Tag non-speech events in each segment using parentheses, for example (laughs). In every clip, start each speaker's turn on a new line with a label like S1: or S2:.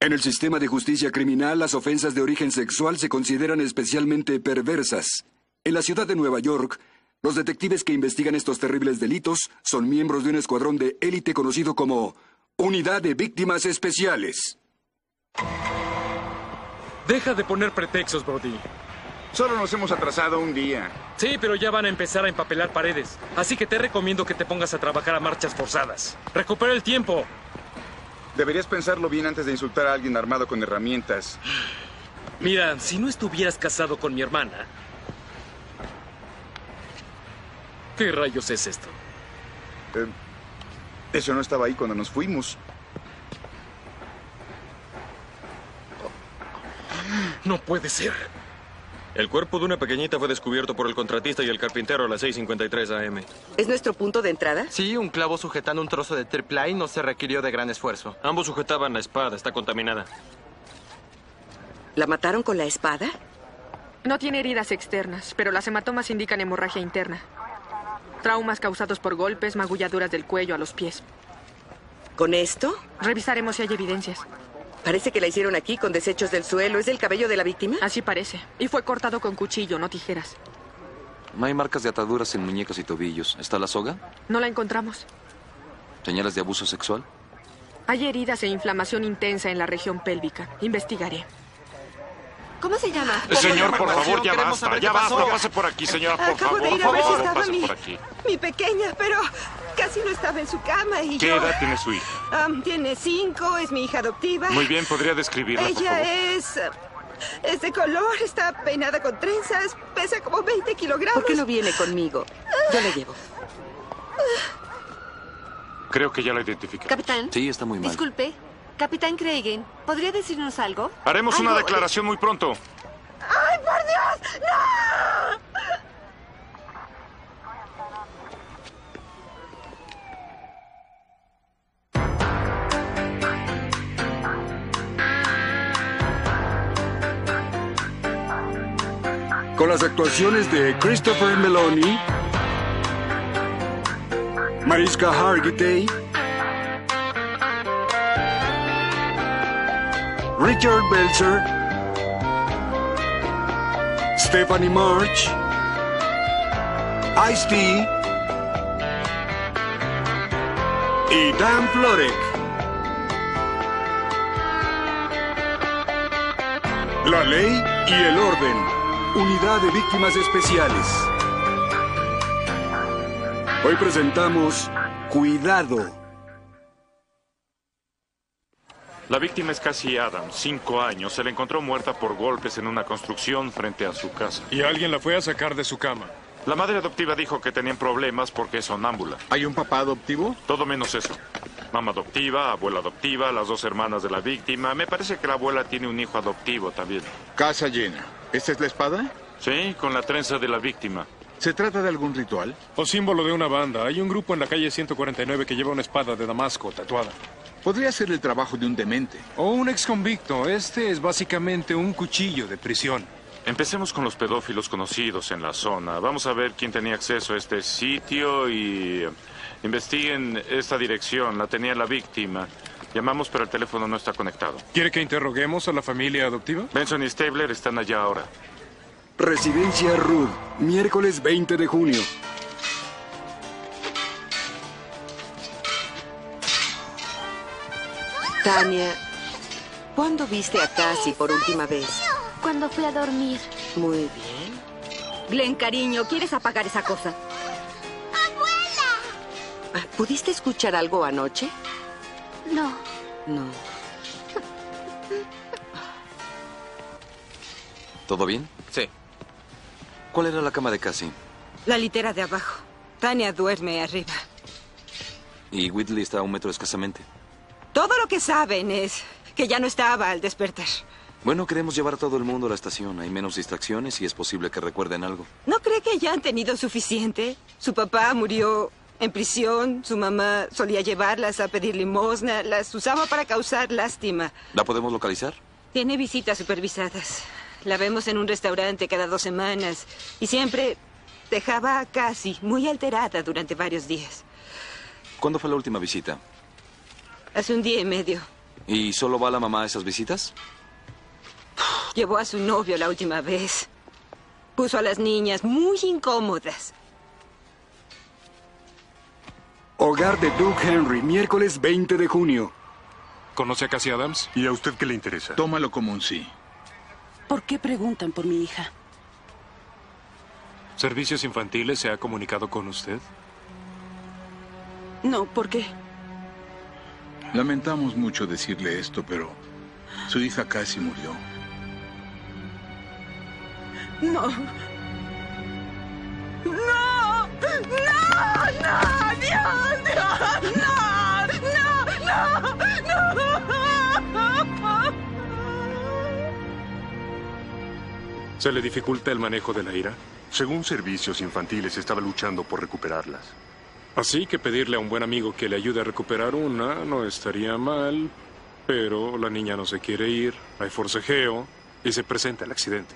S1: En el sistema de justicia criminal, las ofensas de origen sexual se consideran especialmente perversas. En la ciudad de Nueva York, los detectives que investigan estos terribles delitos son miembros de un escuadrón de élite conocido como Unidad de Víctimas Especiales.
S2: Deja de poner pretextos, Brody.
S3: Solo nos hemos atrasado un día.
S2: Sí, pero ya van a empezar a empapelar paredes. Así que te recomiendo que te pongas a trabajar a marchas forzadas. Recupera el tiempo.
S3: Deberías pensarlo bien antes de insultar a alguien armado con herramientas.
S2: Mira, si no estuvieras casado con mi hermana... ¿Qué rayos es esto?
S3: Eh, eso no estaba ahí cuando nos fuimos.
S2: No puede ser.
S4: El cuerpo de una pequeñita fue descubierto por el contratista y el carpintero a las 6.53 am.
S5: ¿Es nuestro punto de entrada?
S6: Sí, un clavo sujetando un trozo de triple no se requirió de gran esfuerzo.
S4: Ambos sujetaban la espada, está contaminada.
S5: ¿La mataron con la espada?
S7: No tiene heridas externas, pero las hematomas indican hemorragia interna. Traumas causados por golpes, magulladuras del cuello a los pies.
S5: ¿Con esto?
S7: Revisaremos si hay evidencias.
S5: Parece que la hicieron aquí con desechos del suelo. ¿Es del cabello de la víctima?
S7: Así parece. Y fue cortado con cuchillo, no tijeras.
S8: No hay marcas de ataduras en muñecas y tobillos. ¿Está la soga?
S7: No la encontramos.
S8: ¿Señales de abuso sexual?
S7: Hay heridas e inflamación intensa en la región pélvica. Investigaré.
S9: ¿Cómo se llama?
S10: Señor, por favor, ya basta, ya basta. No pase por aquí, señora, por
S9: Acabo
S10: favor.
S9: de ir a
S10: por
S9: ver si
S10: favor, no
S9: estaba
S10: pase
S9: mi,
S10: por aquí.
S9: mi pequeña, pero casi no estaba en su cama y
S10: ¿Qué
S9: yo...
S10: edad tiene su hija?
S9: Am, tiene cinco, es mi hija adoptiva.
S10: Muy bien, podría describirla, por favor.
S9: Ella es... eh, Es de color, está peinada con trenzas, pesa como 20 kilogramos.
S5: ¿Por qué no viene conmigo? Yo la llevo.
S10: Creo que ya la identifiqué.
S9: Capitán,
S8: Sí, está muy mal.
S9: disculpe. Capitán Craigen, ¿podría decirnos algo?
S10: Haremos una declaración muy pronto.
S1: Con las actuaciones de Christopher Meloni, Mariska Hargitay, Richard Belzer, Stephanie March, Ice-T y Dan Florek. La ley y el orden. Unidad de Víctimas Especiales. Hoy presentamos Cuidado.
S10: La víctima es Cassie Adams, cinco años. Se la encontró muerta por golpes en una construcción frente a su casa.
S11: Y alguien la fue a sacar de su cama.
S10: La madre adoptiva dijo que tenían problemas porque es sonámbula.
S12: ¿Hay un papá adoptivo?
S10: Todo menos eso. Mamá adoptiva, abuela adoptiva, las dos hermanas de la víctima. Me parece que la abuela tiene un hijo adoptivo también.
S12: Casa llena. ¿Esta es la espada?
S10: Sí, con la trenza de la víctima.
S12: ¿Se trata de algún ritual?
S11: O símbolo de una banda. Hay un grupo en la calle 149 que lleva una espada de Damasco tatuada.
S12: Podría ser el trabajo de un demente.
S11: O un ex convicto. Este es básicamente un cuchillo de prisión.
S10: Empecemos con los pedófilos conocidos en la zona. Vamos a ver quién tenía acceso a este sitio y eh, investiguen esta dirección. La tenía la víctima. Llamamos, pero el teléfono no está conectado.
S11: ¿Quiere que interroguemos a la familia adoptiva?
S10: Benson y Stabler están allá ahora.
S1: Residencia Rudd, miércoles 20 de junio.
S5: Tania, ¿cuándo viste a Cassie por última vez?
S13: Cuando fui a dormir.
S5: Muy bien.
S9: Glenn, cariño, ¿quieres apagar esa cosa?
S5: Ah, ¿Pudiste escuchar algo anoche?
S13: No.
S5: No.
S8: ¿Todo bien?
S6: Sí.
S8: ¿Cuál era la cama de Cassie?
S9: La litera de abajo. Tania duerme arriba.
S8: Y Whitley está a un metro escasamente.
S9: Todo lo que saben es que ya no estaba al despertar.
S8: Bueno, queremos llevar a todo el mundo a la estación. Hay menos distracciones y es posible que recuerden algo.
S9: ¿No cree que ya han tenido suficiente? Su papá murió en prisión, su mamá solía llevarlas a pedir limosna, las usaba para causar lástima.
S8: ¿La podemos localizar?
S9: Tiene visitas supervisadas. La vemos en un restaurante cada dos semanas y siempre dejaba a Cassie muy alterada durante varios días.
S8: ¿Cuándo fue la última visita?
S9: Hace un día y medio.
S8: ¿Y solo va la mamá a esas visitas?
S9: Llevó a su novio la última vez. Puso a las niñas muy incómodas.
S1: Hogar de Doug Henry, miércoles 20 de junio.
S11: ¿Conoce a Cassie Adams?
S12: ¿Y a usted qué le interesa? Tómalo como un sí.
S5: ¿Por qué preguntan por mi hija?
S11: ¿Servicios Infantiles se ha comunicado con usted?
S5: No, ¿por qué?
S12: Lamentamos mucho decirle esto, pero su hija casi murió.
S5: No.
S14: ¡No! ¡No! ¡No! ¡Dios! ¡Dios! ¡No! ¡No! ¡No! ¡No!
S11: ¿Se le dificulta el manejo de la ira?
S15: Según servicios infantiles, estaba luchando por recuperarlas.
S11: Así que pedirle a un buen amigo que le ayude a recuperar una no estaría mal, pero la niña no se quiere ir, hay forcejeo y se presenta el accidente.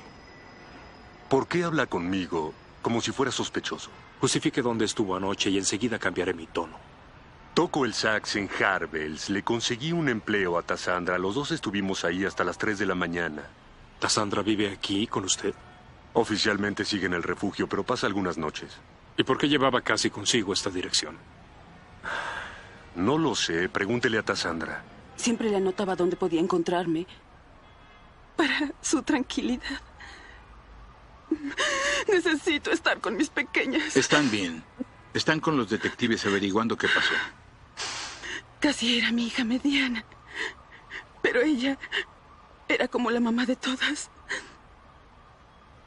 S15: ¿Por qué habla conmigo como si fuera sospechoso?
S11: Justifique dónde estuvo anoche y enseguida cambiaré mi tono.
S15: Toco el sax en Harvels. Le conseguí un empleo a Tassandra. Los dos estuvimos ahí hasta las 3 de la mañana.
S11: ¿Tassandra vive aquí con usted?
S15: Oficialmente sigue en el refugio, pero pasa algunas noches.
S11: ¿Y por qué llevaba casi consigo esta dirección?
S15: No lo sé. Pregúntele a Tassandra.
S5: Siempre le anotaba dónde podía encontrarme. Para su tranquilidad.
S14: Necesito estar con mis pequeñas.
S12: Están bien. Están con los detectives averiguando qué pasó.
S5: Casi era mi hija mediana. Pero ella era como la mamá de todas.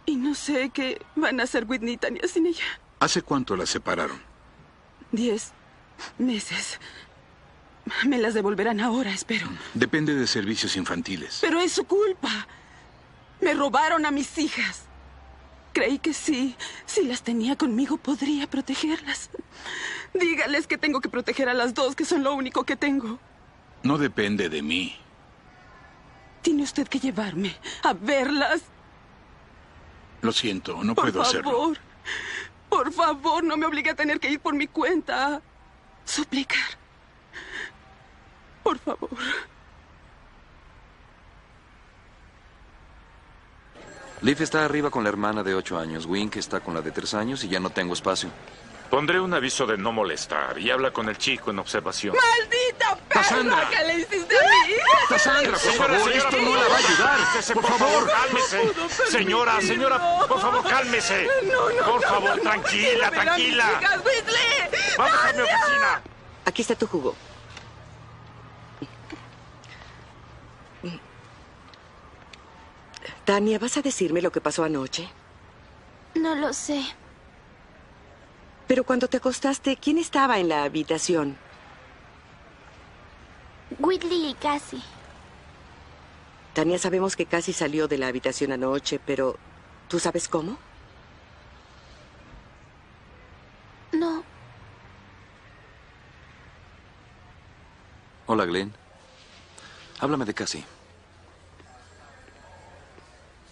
S14: Y no sé qué van a hacer Whitney y Tania sin ella.
S12: ¿Hace cuánto las separaron?
S5: Diez meses. Me las devolverán ahora, espero.
S12: Depende de servicios infantiles.
S5: Pero es su culpa. Me robaron a mis hijas. Creí que sí. Si las tenía conmigo, podría protegerlas.
S14: Dígales que tengo que proteger a las dos, que son lo único que tengo.
S12: No depende de mí.
S5: Tiene usted que llevarme a verlas.
S12: Lo siento, no
S14: por
S12: puedo
S14: favor,
S12: hacerlo.
S14: Por favor, no me obligue a tener que ir por mi cuenta. a Suplicar. Por favor.
S8: Leaf está arriba con la hermana de 8 años. Wink está con la de 3 años y ya no tengo espacio.
S10: Pondré un aviso de no molestar y habla con el chico en observación.
S14: ¡Maldita perra
S10: Cassandra.
S14: que le hiciste a mi hija!
S10: Cassandra, por
S14: Señora,
S10: favor,
S14: señora,
S10: esto
S14: por
S10: no la va a
S14: favor.
S10: ayudar.
S14: Cállese,
S10: Por favor, cálmese.
S14: No puedo permitirlo.
S10: Señora, señora, por favor, cálmese.
S14: No, no,
S10: Por
S14: no,
S10: favor,
S14: no, no,
S10: tranquila,
S14: quiero ver a mis
S10: tranquila.
S14: hijas, Whitley.
S10: Vamos a mi
S14: ¡Gracias!
S10: oficina.
S16: Aquí está tu jugo.
S17: Tania, ¿vas a decirme lo que pasó anoche?
S6: No lo sé.
S17: Pero cuando te acostaste, ¿quién estaba en la habitación?
S6: Whitley y Cassie.
S17: Tania, sabemos que casi salió de la habitación anoche, pero ¿tú sabes cómo?
S6: No,
S8: Hola, Glenn. Háblame de Cassie.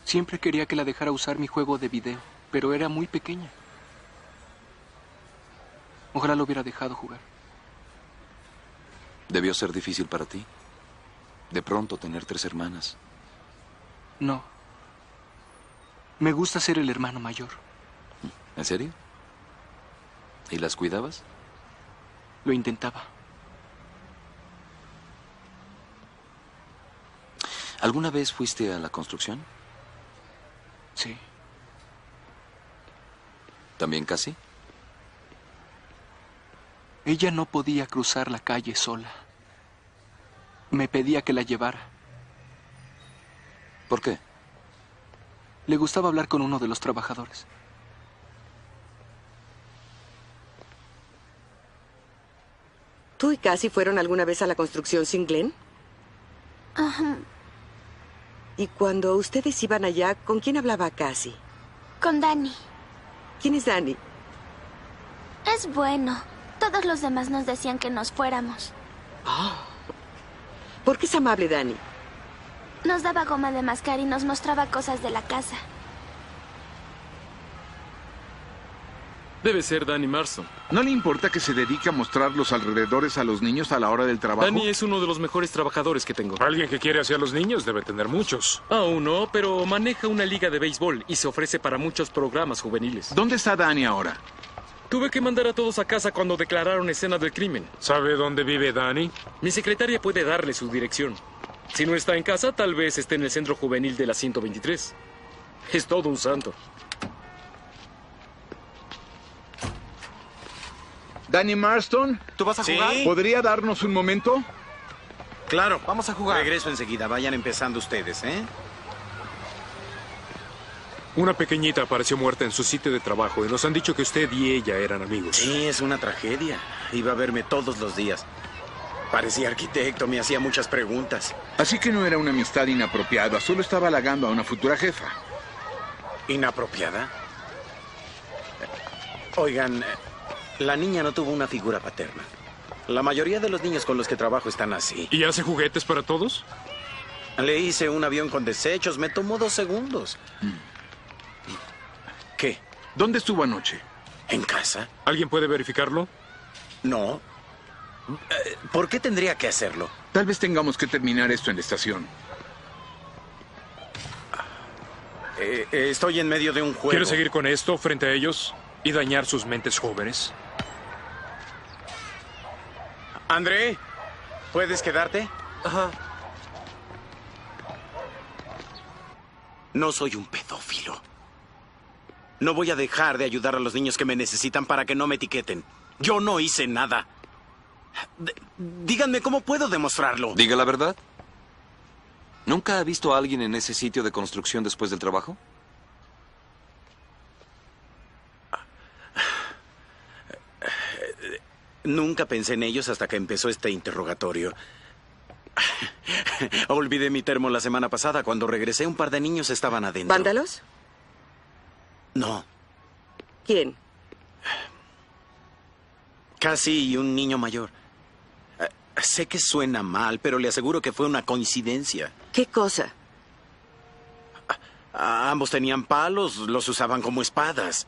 S18: Siempre quería que la dejara usar mi juego de video, pero era muy pequeña. Ojalá lo hubiera dejado jugar.
S8: Debió ser difícil para ti. De pronto tener tres hermanas.
S18: No. Me gusta ser el hermano mayor.
S8: ¿En serio? ¿Y las cuidabas?
S18: Lo intentaba.
S8: ¿Alguna vez fuiste a la construcción?
S18: Sí.
S8: ¿También Cassie?
S18: Ella no podía cruzar la calle sola. Me pedía que la llevara.
S8: ¿Por qué?
S18: Le gustaba hablar con uno de los trabajadores.
S17: ¿Tú y Cassie fueron alguna vez a la construcción sin Glenn?
S6: Ajá.
S17: Y cuando ustedes iban allá, ¿con quién hablaba Cassie?
S6: con Dani.
S17: ¿Quién es Dani?
S6: Es bueno. Todos los demás nos decían que nos fuéramos.
S17: Oh. ¿Por qué es amable Dani?
S6: Nos daba goma de mascar y nos mostraba cosas de la casa.
S2: Debe ser Danny Marston.
S12: ¿No le importa que se dedique a mostrar los alrededores a los niños a la hora del trabajo?
S2: Danny es uno de los mejores trabajadores que tengo.
S11: Alguien que quiere hacia los niños debe tener muchos.
S2: Aún no, pero maneja una liga de béisbol y se ofrece para muchos programas juveniles.
S12: ¿Dónde está Danny ahora?
S2: Tuve que mandar a todos a casa cuando declararon escena del crimen.
S11: ¿Sabe dónde vive Danny?
S2: Mi secretaria puede darle su dirección. Si no está en casa, tal vez esté en el centro juvenil de la 123. Es todo un santo.
S3: Danny Marston,
S6: ¿Tú vas a
S19: Sí.
S6: jugar?
S3: ¿podría darnos un momento?
S19: Claro.
S6: Vamos a jugar.
S19: Regreso enseguida. Vayan empezando ustedes, ¿eh?
S11: Una pequeñita apareció muerta en su sitio de trabajo y nos han dicho que usted y ella eran amigos.
S19: Sí, es una tragedia. Iba a verme todos los días. Parecía arquitecto, me hacía muchas preguntas.
S12: Así que no era una amistad inapropiada, solo estaba halagando a una futura jefa.
S19: ¿Inapropiada? Oigan, eh, la niña no tuvo una figura paterna. La mayoría de los niños con los que trabajo están así.
S11: ¿Y hace juguetes para todos?
S19: Le hice un avión con desechos, me tomó dos segundos. ¿Qué?
S12: ¿Dónde estuvo anoche?
S19: ¿En casa?
S11: ¿Alguien puede verificarlo?
S19: No. Eh, ¿Por qué tendría que hacerlo?
S12: Tal vez tengamos que terminar esto en la estación.
S19: Eh, eh, estoy en medio de un juego.
S11: ¿Quiere seguir con esto frente a ellos y dañar sus mentes jóvenes?
S19: André, ¿puedes quedarte?
S6: Ajá.
S19: No soy un pedófilo. No voy a dejar de ayudar a los niños que me necesitan para que no me etiqueten. Yo no hice nada. D- díganme cómo puedo demostrarlo.
S8: Diga la verdad. ¿Nunca ha visto a alguien en ese sitio de construcción después del trabajo?
S19: Nunca pensé en ellos hasta que empezó este interrogatorio. (laughs) Olvidé mi termo la semana pasada. Cuando regresé, un par de niños estaban adentro.
S17: ¿Vándalos?
S19: No,
S17: ¿Quién?
S19: casi un niño mayor. Eh, Sé que suena mal, pero le aseguro que fue una coincidencia.
S17: ¿Qué cosa?
S19: Ah, ambos tenían palos, los usaban como espadas.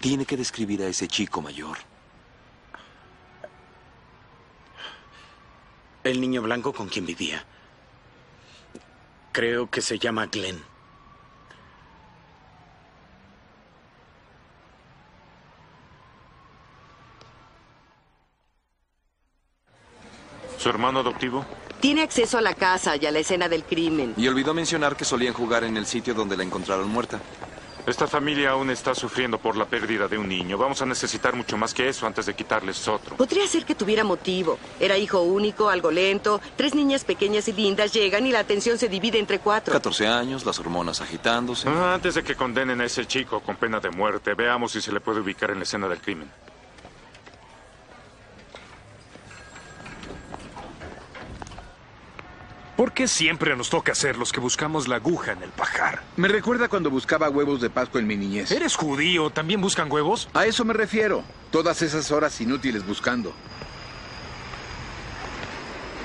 S8: Tiene que describir a ese chico mayor.
S19: El niño blanco con quien vivía. Creo que se llama Glenn.
S10: ¿Su hermano adoptivo?
S17: Tiene acceso a la casa y a la escena del crimen.
S8: Y olvidó mencionar que solían jugar en el sitio donde la encontraron muerta.
S10: Esta familia aún está sufriendo por la pérdida de un niño. Vamos a necesitar mucho más que eso antes de quitarles otro.
S17: Podría ser que tuviera motivo. Era hijo único, algo lento. Tres niñas pequeñas y lindas llegan y la atención se divide entre cuatro.
S8: 14 años, las hormonas agitándose.
S10: Ah, antes de que condenen a ese chico con pena de muerte, veamos si se le puede ubicar en la escena del crimen.
S20: ¿Por qué siempre nos toca ser los que buscamos la aguja en el pajar?
S12: Me recuerda cuando buscaba huevos de Pascua en mi niñez.
S20: ¿Eres judío? ¿También buscan huevos?
S12: A eso me refiero. Todas esas horas inútiles buscando.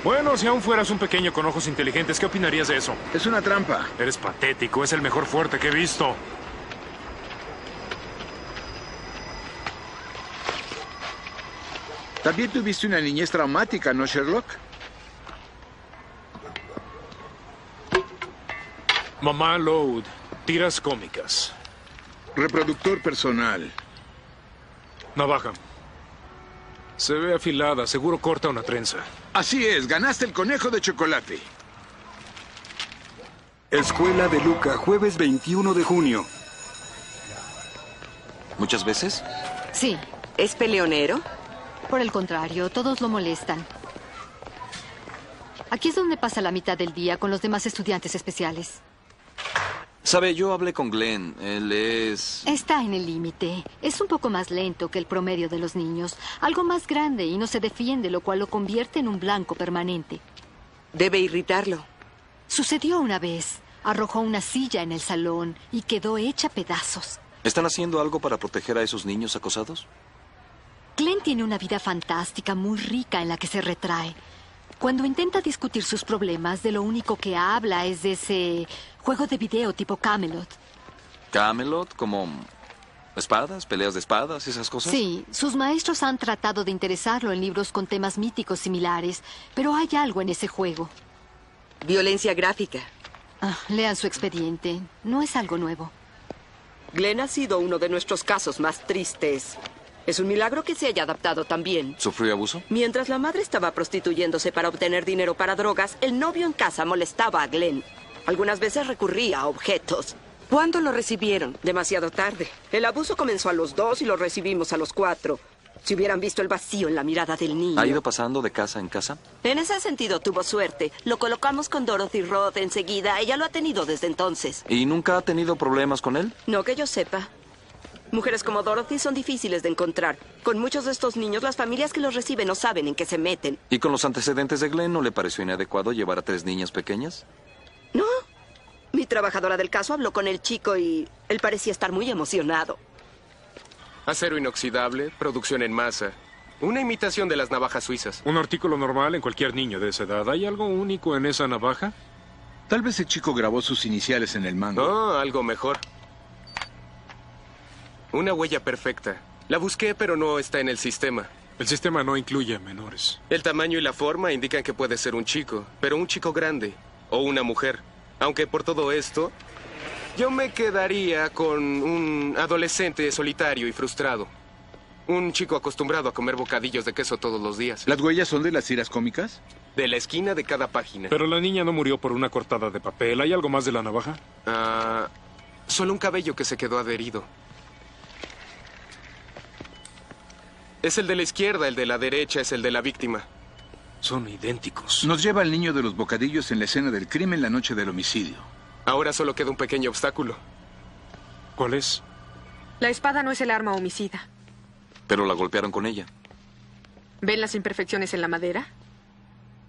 S11: Bueno, si aún fueras un pequeño con ojos inteligentes, ¿qué opinarías de eso?
S12: Es una trampa.
S11: Eres patético, es el mejor fuerte que he visto.
S12: También tuviste una niñez traumática, ¿no, Sherlock?
S11: Mamá Load, tiras cómicas.
S12: Reproductor personal.
S11: Navaja. Se ve afilada, seguro corta una trenza.
S12: Así es, ganaste el conejo de chocolate.
S1: Escuela de Luca, jueves 21 de junio.
S8: ¿Muchas veces?
S21: Sí,
S17: ¿Es peleonero?
S21: por el contrario, todos lo molestan. Aquí es donde pasa la mitad del día con los demás estudiantes especiales.
S8: Sabe, yo hablé con Glenn. Él es...
S21: Está en el límite. Es un poco más lento que el promedio de los niños, algo más grande y no se defiende, lo cual lo convierte en un blanco permanente.
S17: Debe irritarlo.
S21: Sucedió una vez. Arrojó una silla en el salón y quedó hecha pedazos.
S8: ¿Están haciendo algo para proteger a esos niños acosados?
S21: Glenn tiene una vida fantástica, muy rica, en la que se retrae. Cuando intenta discutir sus problemas, de lo único que habla es de ese juego de video tipo Camelot.
S8: Camelot, como ¿Espadas? ¿Peleas de espadas? ¿Esas cosas?
S21: Sí, sus maestros han tratado de interesarlo en libros con temas míticos similares, pero hay algo en ese juego.
S17: Violencia gráfica.
S21: Ah, lean su expediente. No es algo nuevo.
S4: Glenn ha sido uno de nuestros casos más tristes. Es un milagro que se haya adaptado tan bien.
S8: ¿Sufrió abuso?
S4: Mientras la madre estaba prostituyéndose para obtener dinero para drogas, el novio en casa molestaba a Glenn. Algunas veces recurría a objetos.
S17: ¿Cuándo lo recibieron?
S4: Demasiado tarde. El abuso comenzó a los dos y lo recibimos a los cuatro. Si hubieran visto el vacío en la mirada del niño.
S8: ¿Ha ido pasando de casa en casa?
S4: En ese sentido tuvo suerte. Lo colocamos con Dorothy Roth enseguida. Ella lo ha tenido desde entonces.
S8: ¿Y nunca ha tenido problemas con él?
S4: No que yo sepa. Mujeres como Dorothy son difíciles de encontrar. Con muchos de estos niños, las familias que los reciben no saben en qué se meten.
S8: ¿Y con los antecedentes de Glenn no le pareció inadecuado llevar a tres niñas pequeñas?
S4: No. Mi trabajadora del caso habló con el chico y él parecía estar muy emocionado.
S22: Acero inoxidable, producción en masa. Una imitación de las navajas suizas.
S11: Un artículo normal en cualquier niño de esa edad. ¿Hay algo único en esa navaja?
S12: Tal vez el chico grabó sus iniciales en el mango.
S22: Oh, algo mejor. Una huella perfecta. La busqué, pero no está en el sistema.
S11: El sistema no incluye a menores.
S22: El tamaño y la forma indican que puede ser un chico, pero un chico grande o una mujer. Aunque por todo esto, yo me quedaría con un adolescente solitario y frustrado. Un chico acostumbrado a comer bocadillos de queso todos los días.
S12: ¿Las huellas son de las tiras cómicas?
S22: De la esquina de cada página.
S11: Pero la niña no murió por una cortada de papel. ¿Hay algo más de la navaja?
S22: Ah, solo un cabello que se quedó adherido. Es el de la izquierda, el de la derecha es el de la víctima.
S11: Son idénticos.
S12: Nos lleva el niño de los bocadillos en la escena del crimen la noche del homicidio.
S22: Ahora solo queda un pequeño obstáculo.
S11: ¿Cuál es?
S7: La espada no es el arma homicida.
S8: Pero la golpearon con ella.
S7: ¿Ven las imperfecciones en la madera?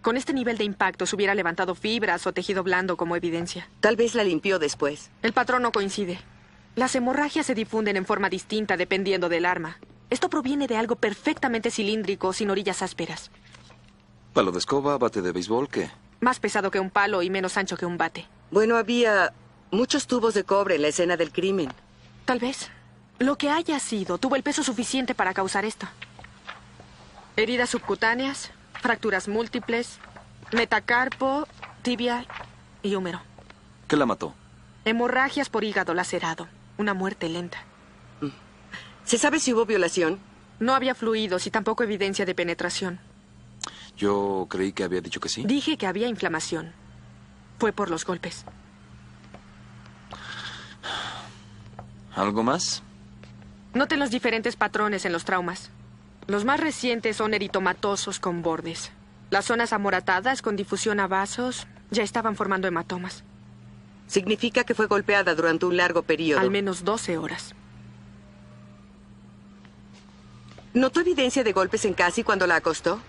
S7: Con este nivel de impacto se hubiera levantado fibras o tejido blando como evidencia.
S17: Tal vez la limpió después.
S7: El patrón no coincide. Las hemorragias se difunden en forma distinta dependiendo del arma. Esto proviene de algo perfectamente cilíndrico, sin orillas ásperas.
S8: Palo de escoba, bate de béisbol, ¿qué?
S7: Más pesado que un palo y menos ancho que un bate.
S17: Bueno, había muchos tubos de cobre en la escena del crimen.
S7: Tal vez. Lo que haya sido, tuvo el peso suficiente para causar esto. Heridas subcutáneas, fracturas múltiples, metacarpo, tibia y húmero.
S8: ¿Qué la mató?
S7: Hemorragias por hígado lacerado. Una muerte lenta.
S17: ¿Se sabe si hubo violación?
S7: No había fluidos y tampoco evidencia de penetración.
S8: Yo creí que había dicho que sí.
S7: Dije que había inflamación. Fue por los golpes.
S8: ¿Algo más?
S7: Noten los diferentes patrones en los traumas. Los más recientes son eritomatosos con bordes. Las zonas amoratadas con difusión a vasos ya estaban formando hematomas.
S17: Significa que fue golpeada durante un largo periodo.
S7: Al menos 12 horas.
S17: ¿Notó evidencia de golpes en Cassie cuando la acostó?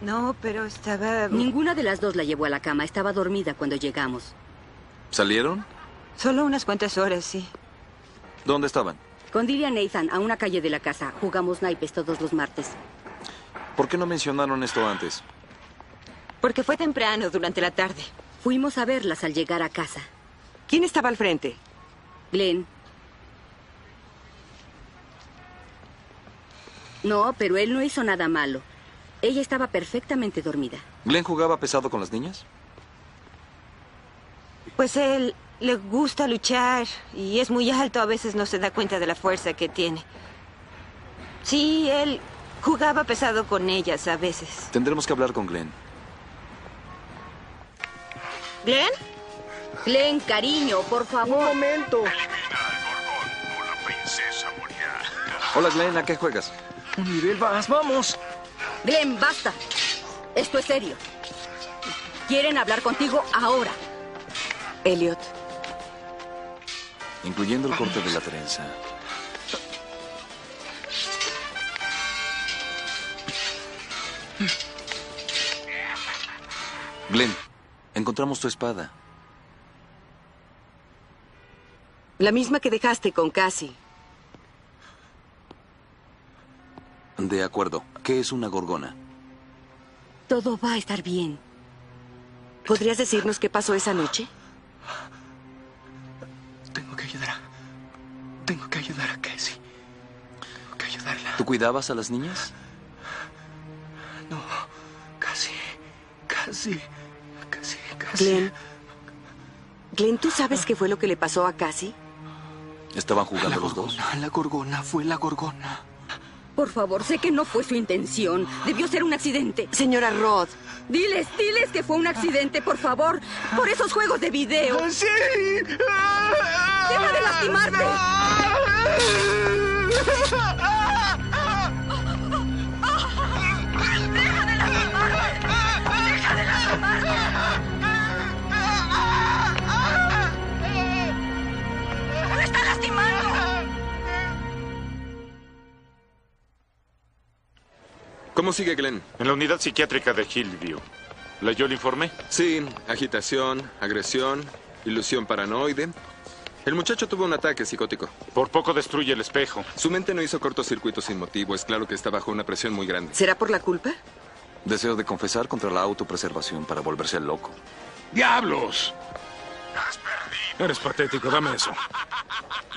S9: No, pero estaba...
S23: Ninguna de las dos la llevó a la cama. Estaba dormida cuando llegamos.
S8: ¿Salieron?
S9: Solo unas cuantas horas, sí.
S8: ¿Dónde estaban?
S23: Con Dilia Nathan, a una calle de la casa. Jugamos naipes todos los martes.
S8: ¿Por qué no mencionaron esto antes?
S9: Porque fue temprano, durante la tarde.
S23: Fuimos a verlas al llegar a casa.
S17: ¿Quién estaba al frente?
S23: Glenn, No, pero él no hizo nada malo. Ella estaba perfectamente dormida.
S8: ¿Glenn jugaba pesado con las niñas?
S9: Pues él le gusta luchar y es muy alto, a veces no se da cuenta de la fuerza que tiene. Sí, él jugaba pesado con ellas a veces.
S8: Tendremos que hablar con Glenn.
S23: ¿Glenn? Glenn, cariño, por favor.
S22: Un momento.
S8: Hola, Glenn, ¿a qué juegas?
S22: Un nivel más, vamos.
S23: Glenn, basta. Esto es serio. Quieren hablar contigo ahora.
S17: Elliot.
S8: Incluyendo el corte de la trenza. Glenn, encontramos tu espada.
S17: La misma que dejaste con Cassie.
S8: De acuerdo. ¿Qué es una gorgona?
S23: Todo va a estar bien.
S17: ¿Podrías decirnos qué pasó esa noche?
S22: Tengo que ayudar a
S18: Tengo que ayudar a Casey. Tengo que ayudarla.
S8: ¿Tú cuidabas a las niñas?
S18: No, casi, casi, casi, casi.
S17: Glenn. Glenn, ¿tú sabes qué fue lo que le pasó a Cassie?
S8: ¿Estaban jugando los dos?
S18: Ah, La gorgona, fue la gorgona.
S23: Por favor, sé que no fue su intención. Debió ser un accidente.
S17: Señora Roth.
S23: Diles, diles que fue un accidente, por favor. Por esos juegos de video.
S22: Ah,
S18: ¡Sí!
S23: ¡Deja de lastimarte!
S18: ¡Deja de lastimarme! ¡Deja de lastimarme! ¡Me está lastimando!
S22: ¿Cómo sigue Glenn?
S10: En la unidad psiquiátrica de Hillview. ¿Leyó el informe?
S22: Sí, agitación, agresión, ilusión paranoide. El muchacho tuvo un ataque psicótico.
S10: Por poco destruye el espejo.
S22: Su mente no hizo cortocircuito sin motivo. Es claro que está bajo una presión muy grande.
S17: ¿Será por la culpa?
S8: Deseo de confesar contra la autopreservación para volverse loco.
S11: ¡Diablos! Eres patético, dame eso.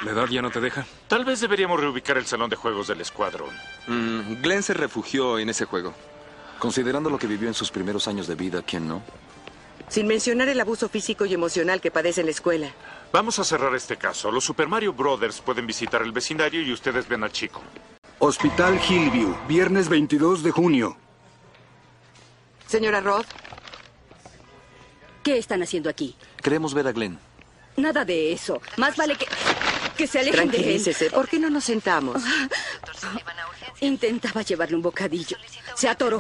S10: ¿La edad ya no te deja? Tal vez deberíamos reubicar el salón de juegos del escuadrón.
S22: Mm, Glenn se refugió en ese juego.
S8: Considerando lo que vivió en sus primeros años de vida, ¿quién no?
S17: Sin mencionar el abuso físico y emocional que padece en la escuela.
S10: Vamos a cerrar este caso. Los Super Mario Brothers pueden visitar el vecindario y ustedes ven al chico.
S1: Hospital Hillview, viernes 22 de junio.
S17: Señora Roth.
S23: ¿Qué están haciendo aquí?
S8: Queremos ver a Glenn.
S23: Nada de eso. Más vale que, que se alejen de él. Ah,
S17: Tranquilícese. ¿Por qué no nos sentamos?
S23: Intentaba llevarle un bocadillo. Se atoró.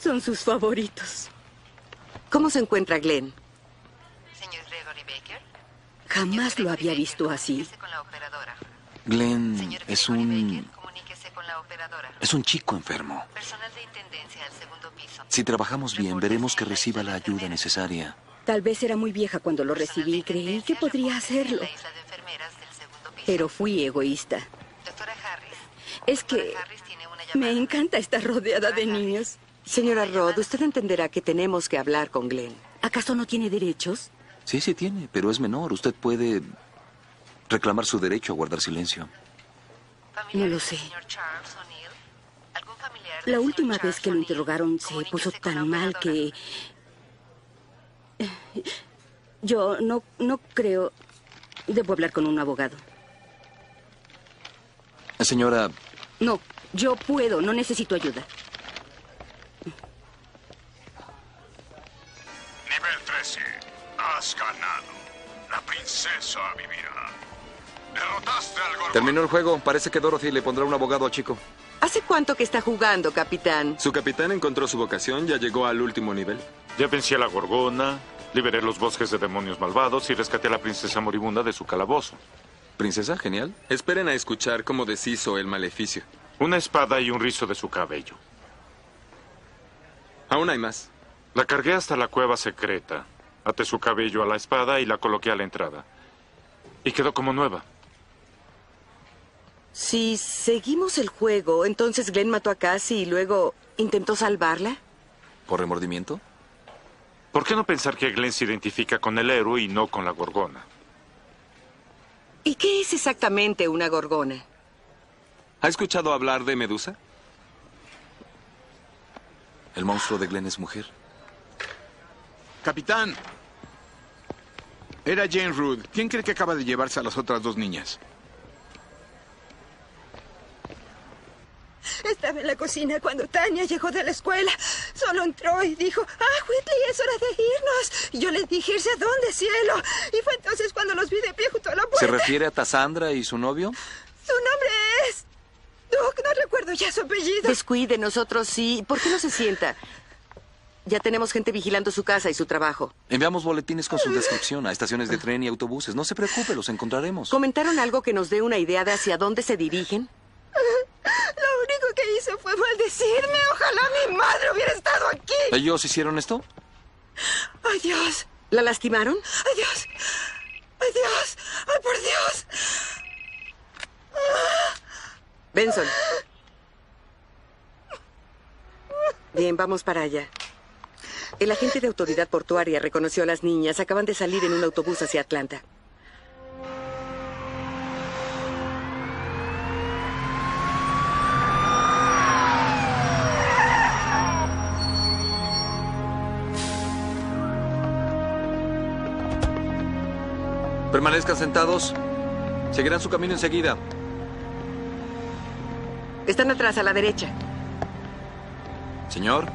S23: Son sus favoritos.
S17: ¿Cómo se encuentra Glenn?
S24: Señor Gregory Baker,
S23: Jamás lo había visto así.
S24: con la operadora.
S8: Glenn es un...
S24: Comuníquese con la operadora.
S8: es un chico enfermo.
S24: Personal de intendencia al segundo piso.
S8: Si trabajamos bien, veremos que reciba la ayuda necesaria.
S23: Tal vez era muy vieja cuando lo recibí y creí que podría hacerlo. Pero fui egoísta.
S24: Doctora Harris.
S23: Es que me encanta estar rodeada de niños.
S17: Señora Roth, usted entenderá que tenemos que hablar con Glenn.
S23: ¿Acaso no tiene derechos?
S8: Sí, sí tiene, pero es menor. Usted puede reclamar su derecho a guardar silencio.
S23: No lo sé.
S24: Charles O'Neill. ¿Algún familiar?
S23: La última vez que lo interrogaron se puso tan mal que... eh, Yo no, no creo... Debo hablar con un abogado.
S8: Señora,
S23: No, yo puedo, no necesito ayuda.
S14: Nivel 13. Has ganado. La princesa vivirá. Derrotaste al gorgón.
S22: Terminó el juego. Parece que Dorothy le pondrá un abogado al chico.
S17: ¿Hace cuánto que está jugando, capitán?
S22: Su capitán encontró su vocación, ya llegó al último nivel.
S10: Ya vencí a la gorgona, liberé los bosques de demonios malvados y rescaté a la princesa moribunda de su calabozo.
S22: Princesa, genial. Esperen a escuchar cómo deshizo el maleficio.
S10: Una espada y un rizo de su cabello.
S22: Aún hay más.
S10: La cargué hasta la cueva secreta. Até su cabello a la espada y la coloqué a la entrada. Y quedó como nueva.
S17: Si seguimos el juego, entonces Glenn mató a Cassie y luego intentó salvarla.
S8: ¿por remordimiento?
S10: ¿Por qué no pensar que Glenn se identifica con el héroe y no con la gorgona?
S17: ¿Y qué es exactamente una gorgona?
S22: ¿Ha escuchado hablar de Medusa?
S8: El monstruo de Glenn es mujer.
S12: Capitán. Era Jane Rudd. ¿Quién cree que acaba de llevarse a las otras dos niñas?
S23: Estaba en la cocina cuando Tania llegó de la escuela. Solo entró y dijo, ah, Whitley, es hora de irnos. Y yo le dije, ¿irse a dónde, cielo? Y fue entonces cuando los vi de pie junto a la puerta.
S8: ¿Se refiere a Tassandra y su novio?
S23: Su nombre es... (laughs) Doc, no recuerdo ya su apellido.
S17: Descuide, nosotros sí. ¿Por qué no se sienta? Ya tenemos gente vigilando su casa y su trabajo.
S8: Enviamos boletines con su descripción a estaciones de tren y autobuses. No se preocupe, los encontraremos.
S17: ¿Comentaron algo que nos dé una idea de hacia dónde se dirigen?
S23: Lo único que hizo fue maldecirme. Ojalá mi madre hubiera estado aquí.
S8: ¿Ellos hicieron esto?
S23: ¡Ay, Dios!
S17: ¿La lastimaron?
S23: ¡Ay, Dios! ¡Ay, Dios! ¡Ay, por Dios!
S17: Benson. Bien, vamos para allá. El agente de autoridad portuaria reconoció a las niñas. Acaban de salir en un autobús hacia Atlanta.
S8: Permanezcan sentados. Seguirán su camino enseguida.
S17: Están atrás, a la derecha.
S8: Señor,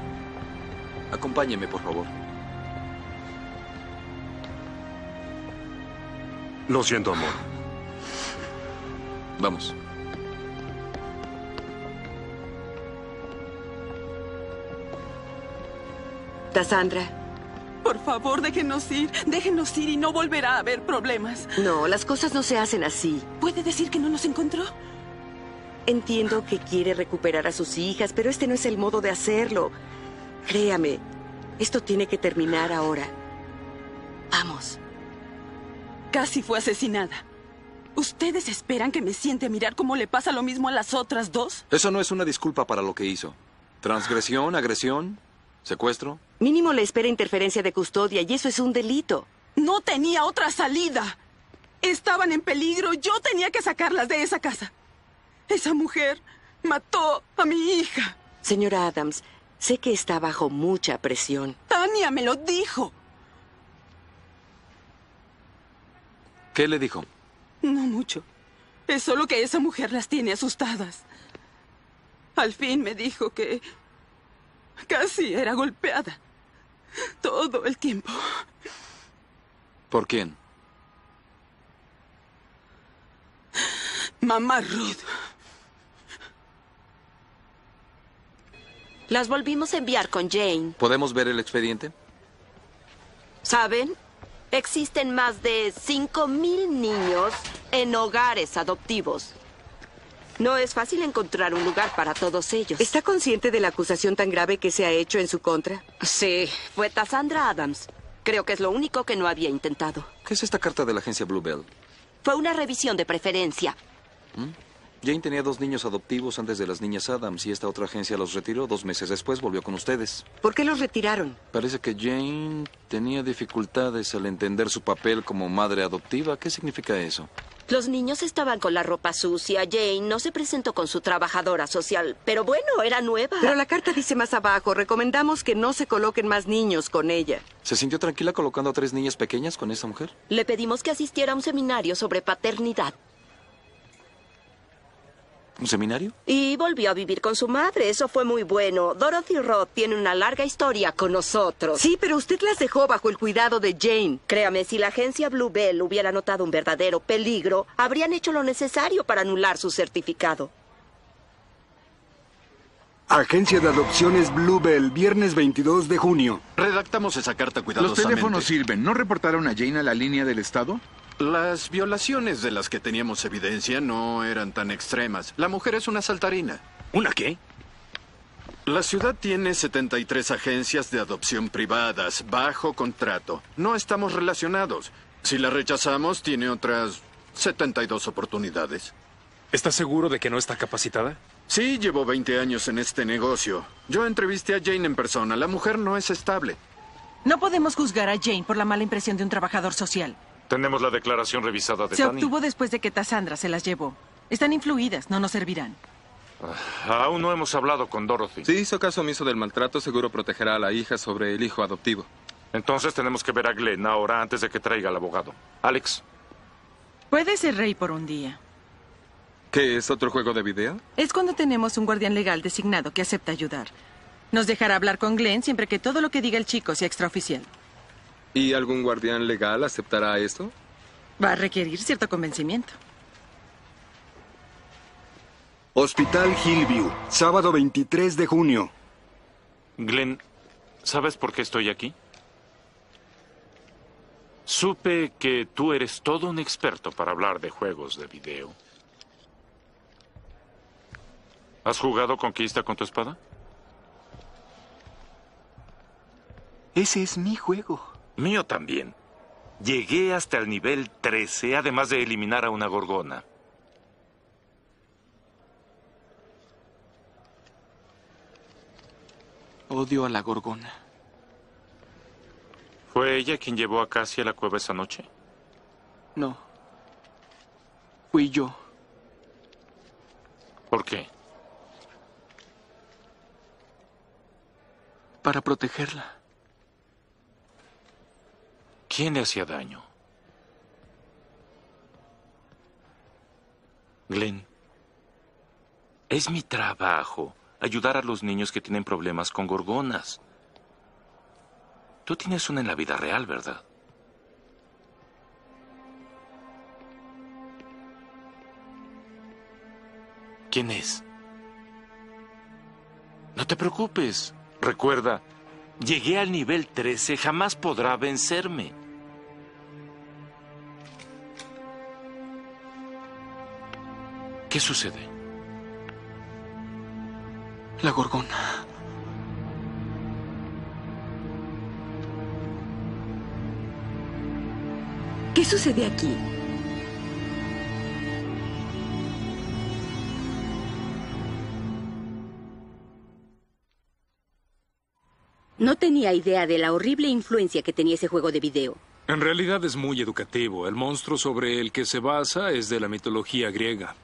S8: acompáñeme, por favor.
S20: Lo siento, amor.
S8: Vamos.
S17: Tassandra.
S5: Por favor, déjenos ir. Déjenos ir y no volverá a haber problemas.
S17: No, las cosas no se hacen así.
S5: ¿Puede decir que no nos encontró?
S17: Entiendo que quiere recuperar a sus hijas, pero este no es el modo de hacerlo. Créame, esto tiene que terminar ahora. Vamos.
S5: Casi fue asesinada. ¿Ustedes esperan que me siente a mirar cómo le pasa lo mismo a las otras dos?
S8: Eso no es una disculpa para lo que hizo. Transgresión, agresión, secuestro.
S17: Mínimo le espera interferencia de custodia y eso es un delito.
S5: No tenía otra salida. Estaban en peligro. Yo tenía que sacarlas de esa casa. Esa mujer mató a mi hija.
S17: Señora Adams, sé que está bajo mucha presión.
S5: Tania me lo dijo.
S8: ¿Qué le dijo?
S5: No mucho. Es solo que esa mujer las tiene asustadas. Al fin me dijo que casi era golpeada. Todo el tiempo.
S8: ¿Por quién?
S5: Mamá Ruth.
S4: Las volvimos a enviar con Jane.
S8: ¿Podemos ver el expediente?
S4: ¿Saben? Existen más de 5.000 niños en hogares adoptivos. No es fácil encontrar un lugar para todos ellos.
S17: ¿Está consciente de la acusación tan grave que se ha hecho en su contra?
S4: Sí, fue Tassandra Adams. Creo que es lo único que no había intentado.
S8: ¿Qué es esta carta de la agencia Bluebell?
S4: Fue una revisión de preferencia.
S8: ¿Mm? Jane tenía dos niños adoptivos antes de las niñas Adams y esta otra agencia los retiró. Dos meses después volvió con ustedes.
S17: ¿Por qué los retiraron?
S8: Parece que Jane tenía dificultades al entender su papel como madre adoptiva. ¿Qué significa eso?
S4: Los niños estaban con la ropa sucia. Jane no se presentó con su trabajadora social. Pero bueno, era nueva.
S17: Pero la carta dice más abajo, recomendamos que no se coloquen más niños con ella.
S8: ¿Se sintió tranquila colocando a tres niñas pequeñas con esa mujer?
S4: Le pedimos que asistiera a un seminario sobre paternidad.
S8: ¿Un seminario?
S4: Y volvió a vivir con su madre. Eso fue muy bueno. Dorothy Roth tiene una larga historia con nosotros.
S17: Sí, pero usted las dejó bajo el cuidado de Jane.
S4: Créame, si la agencia Blue Bell hubiera notado un verdadero peligro, habrían hecho lo necesario para anular su certificado.
S1: Agencia de Adopciones Bluebell, viernes 22 de junio.
S13: Redactamos esa carta
S12: Los
S13: cuidadosamente.
S12: teléfonos sirven. ¿No reportaron a Jane a la línea del Estado?
S13: Las violaciones de las que teníamos evidencia no eran tan extremas. La mujer es una saltarina.
S19: ¿Una qué?
S13: La ciudad tiene 73 agencias de adopción privadas bajo contrato. No estamos relacionados. Si la rechazamos, tiene otras 72 oportunidades.
S20: ¿Estás seguro de que no está capacitada?
S13: Sí, llevo 20 años en este negocio. Yo entrevisté a Jane en persona. La mujer no es estable.
S25: No podemos juzgar a Jane por la mala impresión de un trabajador social.
S10: Tenemos la declaración revisada de
S25: Se
S10: Tani.
S25: obtuvo después de que Tassandra se las llevó. Están influidas, no nos servirán.
S10: Ah, Aún no hemos hablado con Dorothy.
S22: Si hizo caso omiso del maltrato, seguro protegerá a la hija sobre el hijo adoptivo.
S10: Entonces tenemos que ver a Glenn ahora antes de que traiga al abogado. Alex,
S25: Puede ser rey por un día.
S22: ¿Qué es otro juego de video?
S25: Es cuando tenemos un guardián legal designado que acepta ayudar. Nos dejará hablar con Glenn siempre que todo lo que diga el chico sea extraoficial.
S22: ¿Y algún guardián legal aceptará esto?
S25: Va a requerir cierto convencimiento.
S1: Hospital Hillview, sábado 23 de junio.
S10: Glenn, ¿sabes por qué estoy aquí? Supe que tú eres todo un experto para hablar de juegos de video. ¿Has jugado conquista con tu espada?
S18: Ese es mi juego.
S10: Mío también. Llegué hasta el nivel 13, además de eliminar a una gorgona.
S18: Odio a la gorgona.
S10: ¿Fue ella quien llevó a Cassie a la cueva esa noche?
S18: No. Fui yo.
S10: ¿Por qué?
S18: Para protegerla.
S10: ¿Quién le hacía daño? Glenn, es mi trabajo ayudar a los niños que tienen problemas con gorgonas. Tú tienes una en la vida real, ¿verdad? ¿Quién es? No te preocupes. Recuerda, llegué al nivel 13, jamás podrá vencerme. ¿Qué sucede?
S18: La gorgona.
S23: ¿Qué sucede aquí? No tenía idea de la horrible influencia que tenía ese juego de video.
S11: En realidad es muy educativo. El monstruo sobre el que se basa es de la mitología griega.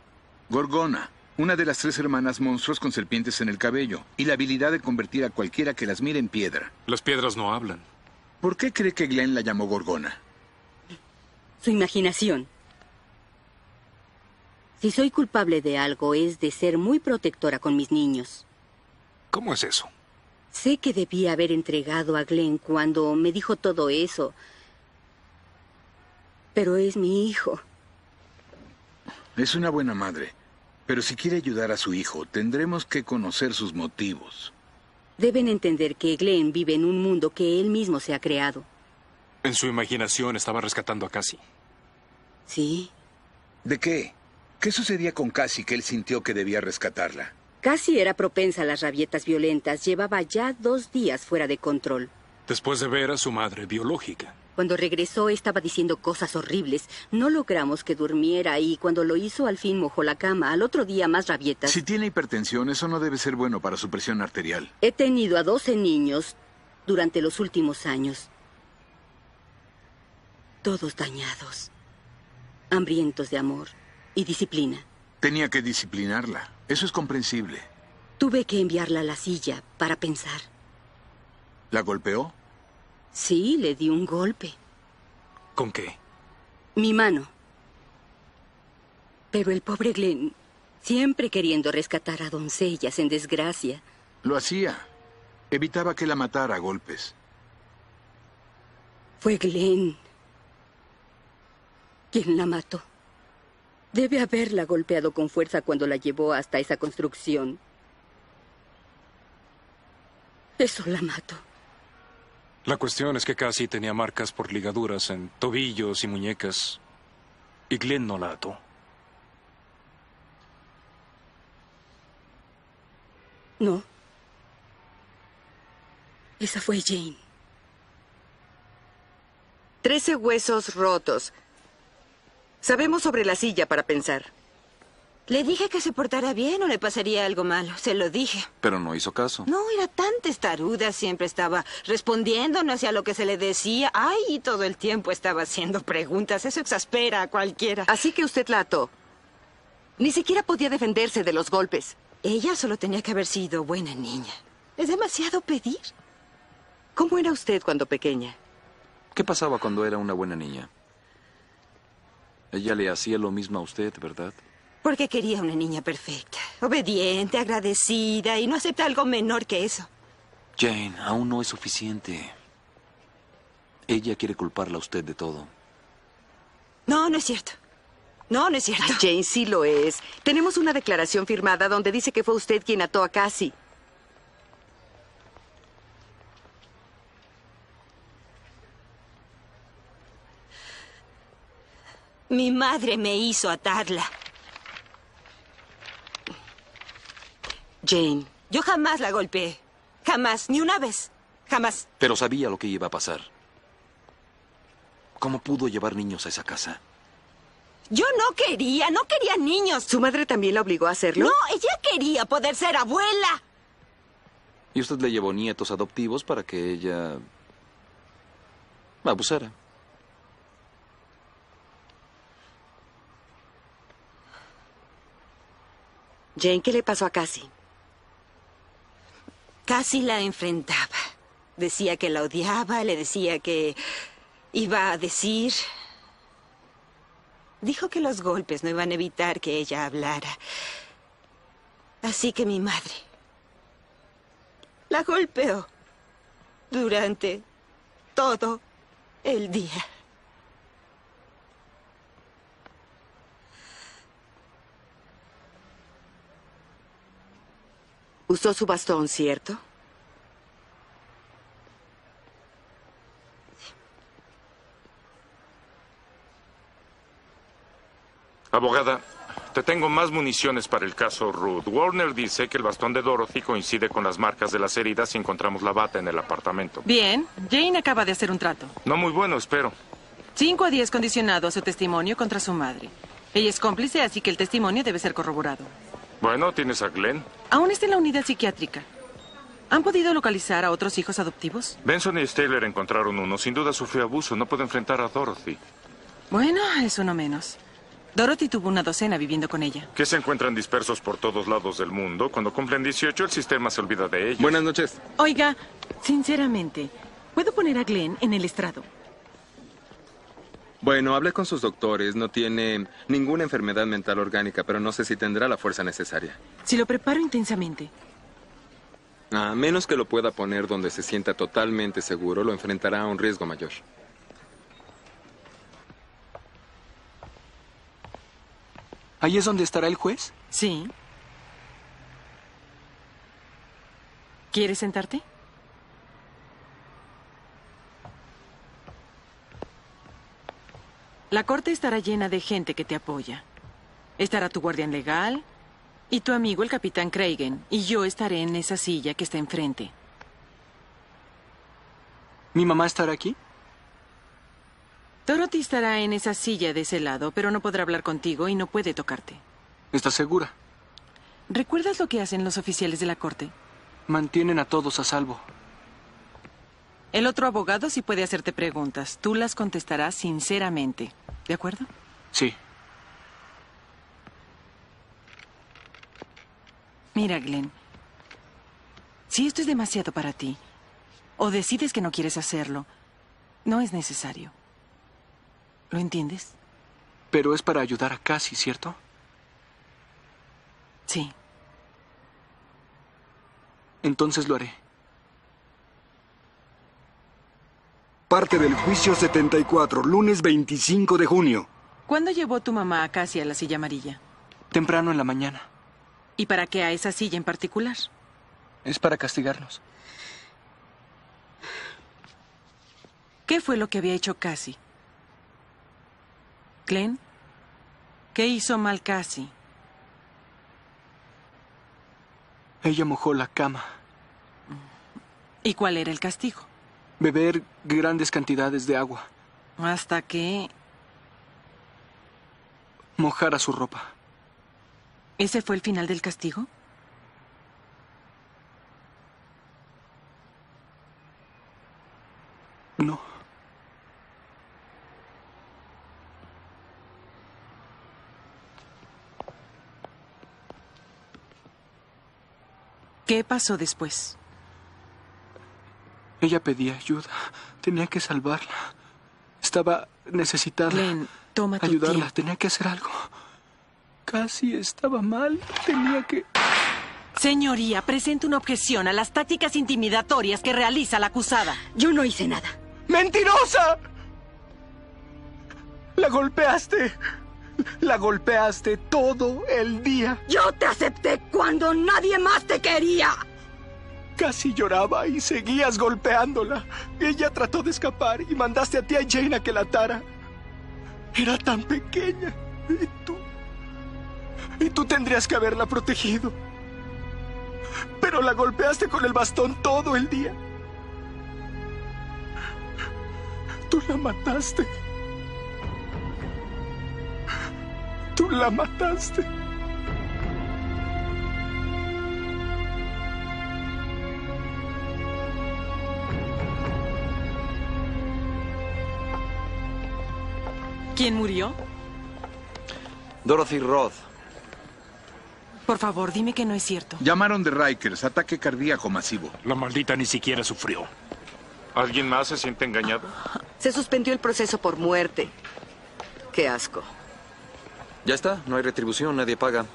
S12: Gorgona, una de las tres hermanas monstruos con serpientes en el cabello y la habilidad de convertir a cualquiera que las mire en piedra.
S11: Las piedras no hablan.
S12: ¿Por qué cree que Glenn la llamó Gorgona?
S23: Su imaginación. Si soy culpable de algo es de ser muy protectora con mis niños.
S26: ¿Cómo es eso?
S23: Sé que debía haber entregado a Glenn cuando me dijo todo eso. Pero es mi hijo.
S12: Es una buena madre, pero si quiere ayudar a su hijo, tendremos que conocer sus motivos.
S23: Deben entender que Glenn vive en un mundo que él mismo se ha creado.
S26: En su imaginación estaba rescatando a Cassie.
S23: Sí.
S12: ¿De qué? ¿Qué sucedía con Cassie que él sintió que debía rescatarla?
S23: Casi era propensa a las rabietas violentas. Llevaba ya dos días fuera de control.
S11: Después de ver a su madre biológica.
S23: Cuando regresó estaba diciendo cosas horribles. No logramos que durmiera y cuando lo hizo al fin mojó la cama. Al otro día más rabietas.
S12: Si tiene hipertensión, eso no debe ser bueno para su presión arterial.
S23: He tenido a 12 niños durante los últimos años. Todos dañados. Hambrientos de amor y disciplina.
S12: Tenía que disciplinarla. Eso es comprensible.
S23: Tuve que enviarla a la silla para pensar.
S12: ¿La golpeó?
S23: Sí, le di un golpe.
S26: ¿Con qué?
S23: Mi mano. Pero el pobre Glenn, siempre queriendo rescatar a doncellas en desgracia.
S12: Lo hacía. Evitaba que la matara a golpes.
S23: Fue Glenn quien la mató. Debe haberla golpeado con fuerza cuando la llevó hasta esa construcción. Eso la mató.
S11: La cuestión es que Cassie tenía marcas por ligaduras en tobillos y muñecas. Y Glenn no la ató.
S23: No. Esa fue Jane.
S17: Trece huesos rotos. Sabemos sobre la silla para pensar.
S9: Le dije que se portara bien o le pasaría algo malo. Se lo dije.
S8: Pero no hizo caso.
S9: No, era tan testaruda. Siempre estaba respondiéndonos a lo que se le decía. Ay, y todo el tiempo estaba haciendo preguntas. Eso exaspera a cualquiera.
S17: Así que usted la ató. Ni siquiera podía defenderse de los golpes.
S9: Ella solo tenía que haber sido buena niña. Es demasiado pedir.
S17: ¿Cómo era usted cuando pequeña?
S8: ¿Qué pasaba cuando era una buena niña? Ella le hacía lo mismo a usted, ¿verdad?
S9: Porque quería una niña perfecta, obediente, agradecida y no acepta algo menor que eso.
S8: Jane, aún no es suficiente. Ella quiere culparla a usted de todo.
S9: No, no es cierto. No, no es cierto.
S17: Ay, Jane, sí lo es. Tenemos una declaración firmada donde dice que fue usted quien ató a Cassie.
S9: Mi madre me hizo atarla.
S17: Jane.
S9: Yo jamás la golpeé. Jamás, ni una vez. Jamás.
S8: Pero sabía lo que iba a pasar. ¿Cómo pudo llevar niños a esa casa?
S9: Yo no quería, no quería niños.
S17: ¿Su madre también la obligó a hacerlo?
S9: No, ella quería poder ser abuela.
S8: Y usted le llevó nietos adoptivos para que ella abusara.
S3: Jane, ¿qué le pasó a Cassie?
S9: Casi la enfrentaba. Decía que la odiaba, le decía que iba a decir... Dijo que los golpes no iban a evitar que ella hablara. Así que mi madre la golpeó durante todo el día.
S3: Usó su bastón, ¿cierto?
S10: Abogada, te tengo más municiones para el caso Ruth. Warner dice que el bastón de Dorothy coincide con las marcas de las heridas y encontramos la bata en el apartamento.
S25: Bien, Jane acaba de hacer un trato.
S10: No muy bueno, espero.
S25: 5 a 10 condicionado a su testimonio contra su madre. Ella es cómplice, así que el testimonio debe ser corroborado.
S10: Bueno, tienes a Glenn.
S25: Aún está en la unidad psiquiátrica. ¿Han podido localizar a otros hijos adoptivos?
S10: Benson y Taylor encontraron uno. Sin duda sufrió abuso. No puede enfrentar a Dorothy.
S25: Bueno, es uno menos. Dorothy tuvo una docena viviendo con ella.
S10: Que se encuentran dispersos por todos lados del mundo. Cuando cumplen 18, el sistema se olvida de ellos.
S22: Buenas noches.
S25: Oiga, sinceramente, ¿puedo poner a Glenn en el estrado?
S22: Bueno, hablé con sus doctores. No tiene ninguna enfermedad mental orgánica, pero no sé si tendrá la fuerza necesaria.
S25: Si lo preparo intensamente.
S22: A menos que lo pueda poner donde se sienta totalmente seguro, lo enfrentará a un riesgo mayor.
S18: ¿Ahí es donde estará el juez?
S25: Sí. ¿Quieres sentarte? La corte estará llena de gente que te apoya. Estará tu guardián legal y tu amigo el capitán Craigen, y yo estaré en esa silla que está enfrente.
S18: ¿Mi mamá estará aquí?
S25: Dorothy estará en esa silla de ese lado, pero no podrá hablar contigo y no puede tocarte.
S18: ¿Estás segura?
S25: ¿Recuerdas lo que hacen los oficiales de la corte?
S18: Mantienen a todos a salvo.
S25: El otro abogado sí puede hacerte preguntas. Tú las contestarás sinceramente. ¿De acuerdo?
S18: Sí.
S25: Mira, Glenn. Si esto es demasiado para ti, o decides que no quieres hacerlo, no es necesario. ¿Lo entiendes?
S18: Pero es para ayudar a Cassie, ¿cierto?
S25: Sí.
S18: Entonces lo haré.
S1: Parte del juicio 74, lunes 25 de junio.
S25: ¿Cuándo llevó tu mamá a Cassie a la silla amarilla?
S18: Temprano en la mañana.
S25: ¿Y para qué a esa silla en particular?
S18: Es para castigarnos.
S25: ¿Qué fue lo que había hecho Cassie? Glenn, ¿qué hizo mal Cassie?
S18: Ella mojó la cama.
S25: ¿Y cuál era el castigo?
S18: Beber grandes cantidades de agua.
S25: Hasta que...
S18: Mojara su ropa.
S25: ¿Ese fue el final del castigo?
S18: No.
S25: ¿Qué pasó después?
S18: Ella pedía ayuda. Tenía que salvarla. Estaba necesitada.
S25: Glenn, toma tu
S18: ayudarla.
S25: tiempo.
S18: Tenía que hacer algo. Casi estaba mal. Tenía que.
S25: Señoría, presente una objeción a las tácticas intimidatorias que realiza la acusada.
S2: Yo no hice nada.
S18: ¡Mentirosa! La golpeaste. La golpeaste todo el día.
S2: Yo te acepté cuando nadie más te quería.
S18: Casi lloraba y seguías golpeándola. Ella trató de escapar y mandaste a tía Jane a que la atara. Era tan pequeña. Y tú. Y tú tendrías que haberla protegido. Pero la golpeaste con el bastón todo el día. Tú la mataste. Tú la mataste.
S25: ¿Quién murió?
S8: Dorothy Roth.
S25: Por favor, dime que no es cierto.
S12: Llamaron de Rikers, ataque cardíaco masivo.
S20: La maldita ni siquiera sufrió.
S10: ¿Alguien más se siente engañado?
S3: Se suspendió el proceso por muerte. Qué asco.
S8: Ya está, no hay retribución, nadie paga.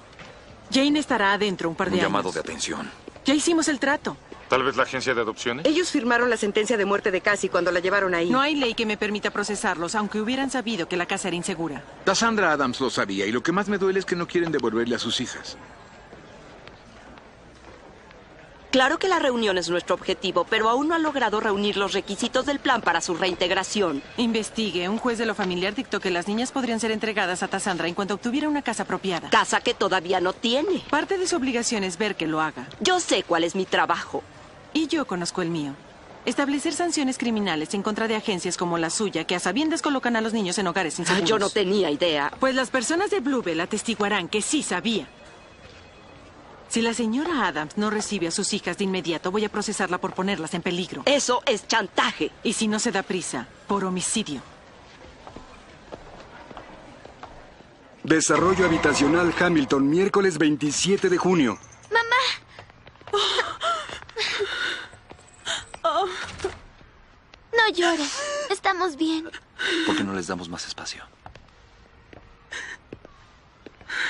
S25: Jane estará adentro un par
S8: Un
S25: de
S8: llamado
S25: años.
S8: de atención.
S25: Ya hicimos el trato.
S10: Tal vez la agencia de adopciones.
S3: Ellos firmaron la sentencia de muerte de Cassie cuando la llevaron ahí.
S25: No hay ley que me permita procesarlos, aunque hubieran sabido que la casa era insegura.
S12: Cassandra Adams lo sabía y lo que más me duele es que no quieren devolverle a sus hijas.
S4: Claro que la reunión es nuestro objetivo, pero aún no ha logrado reunir los requisitos del plan para su reintegración.
S25: Investigue. Un juez de lo familiar dictó que las niñas podrían ser entregadas a Tassandra en cuanto obtuviera una casa apropiada.
S4: Casa que todavía no tiene.
S25: Parte de su obligación es ver que lo haga.
S4: Yo sé cuál es mi trabajo.
S25: Y yo conozco el mío. Establecer sanciones criminales en contra de agencias como la suya, que a sabiendas colocan a los niños en hogares inseguros.
S4: Ah, yo no tenía idea.
S25: Pues las personas de Bluebell atestiguarán que sí sabía. Si la señora Adams no recibe a sus hijas de inmediato, voy a procesarla por ponerlas en peligro.
S4: Eso es chantaje.
S25: Y si no se da prisa, por homicidio.
S1: Desarrollo habitacional Hamilton, miércoles 27 de junio.
S6: Mamá. No llores. Estamos bien.
S8: ¿Por qué no les damos más espacio?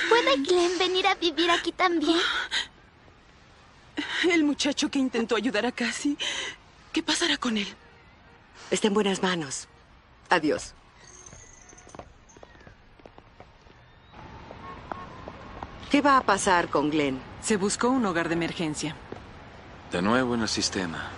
S6: ¿Puede Glenn venir a vivir aquí también?
S5: El muchacho que intentó ayudar a Cassie. ¿Qué pasará con él?
S3: Está en buenas manos. Adiós. ¿Qué va a pasar con Glenn?
S25: Se buscó un hogar de emergencia.
S8: De nuevo en el sistema.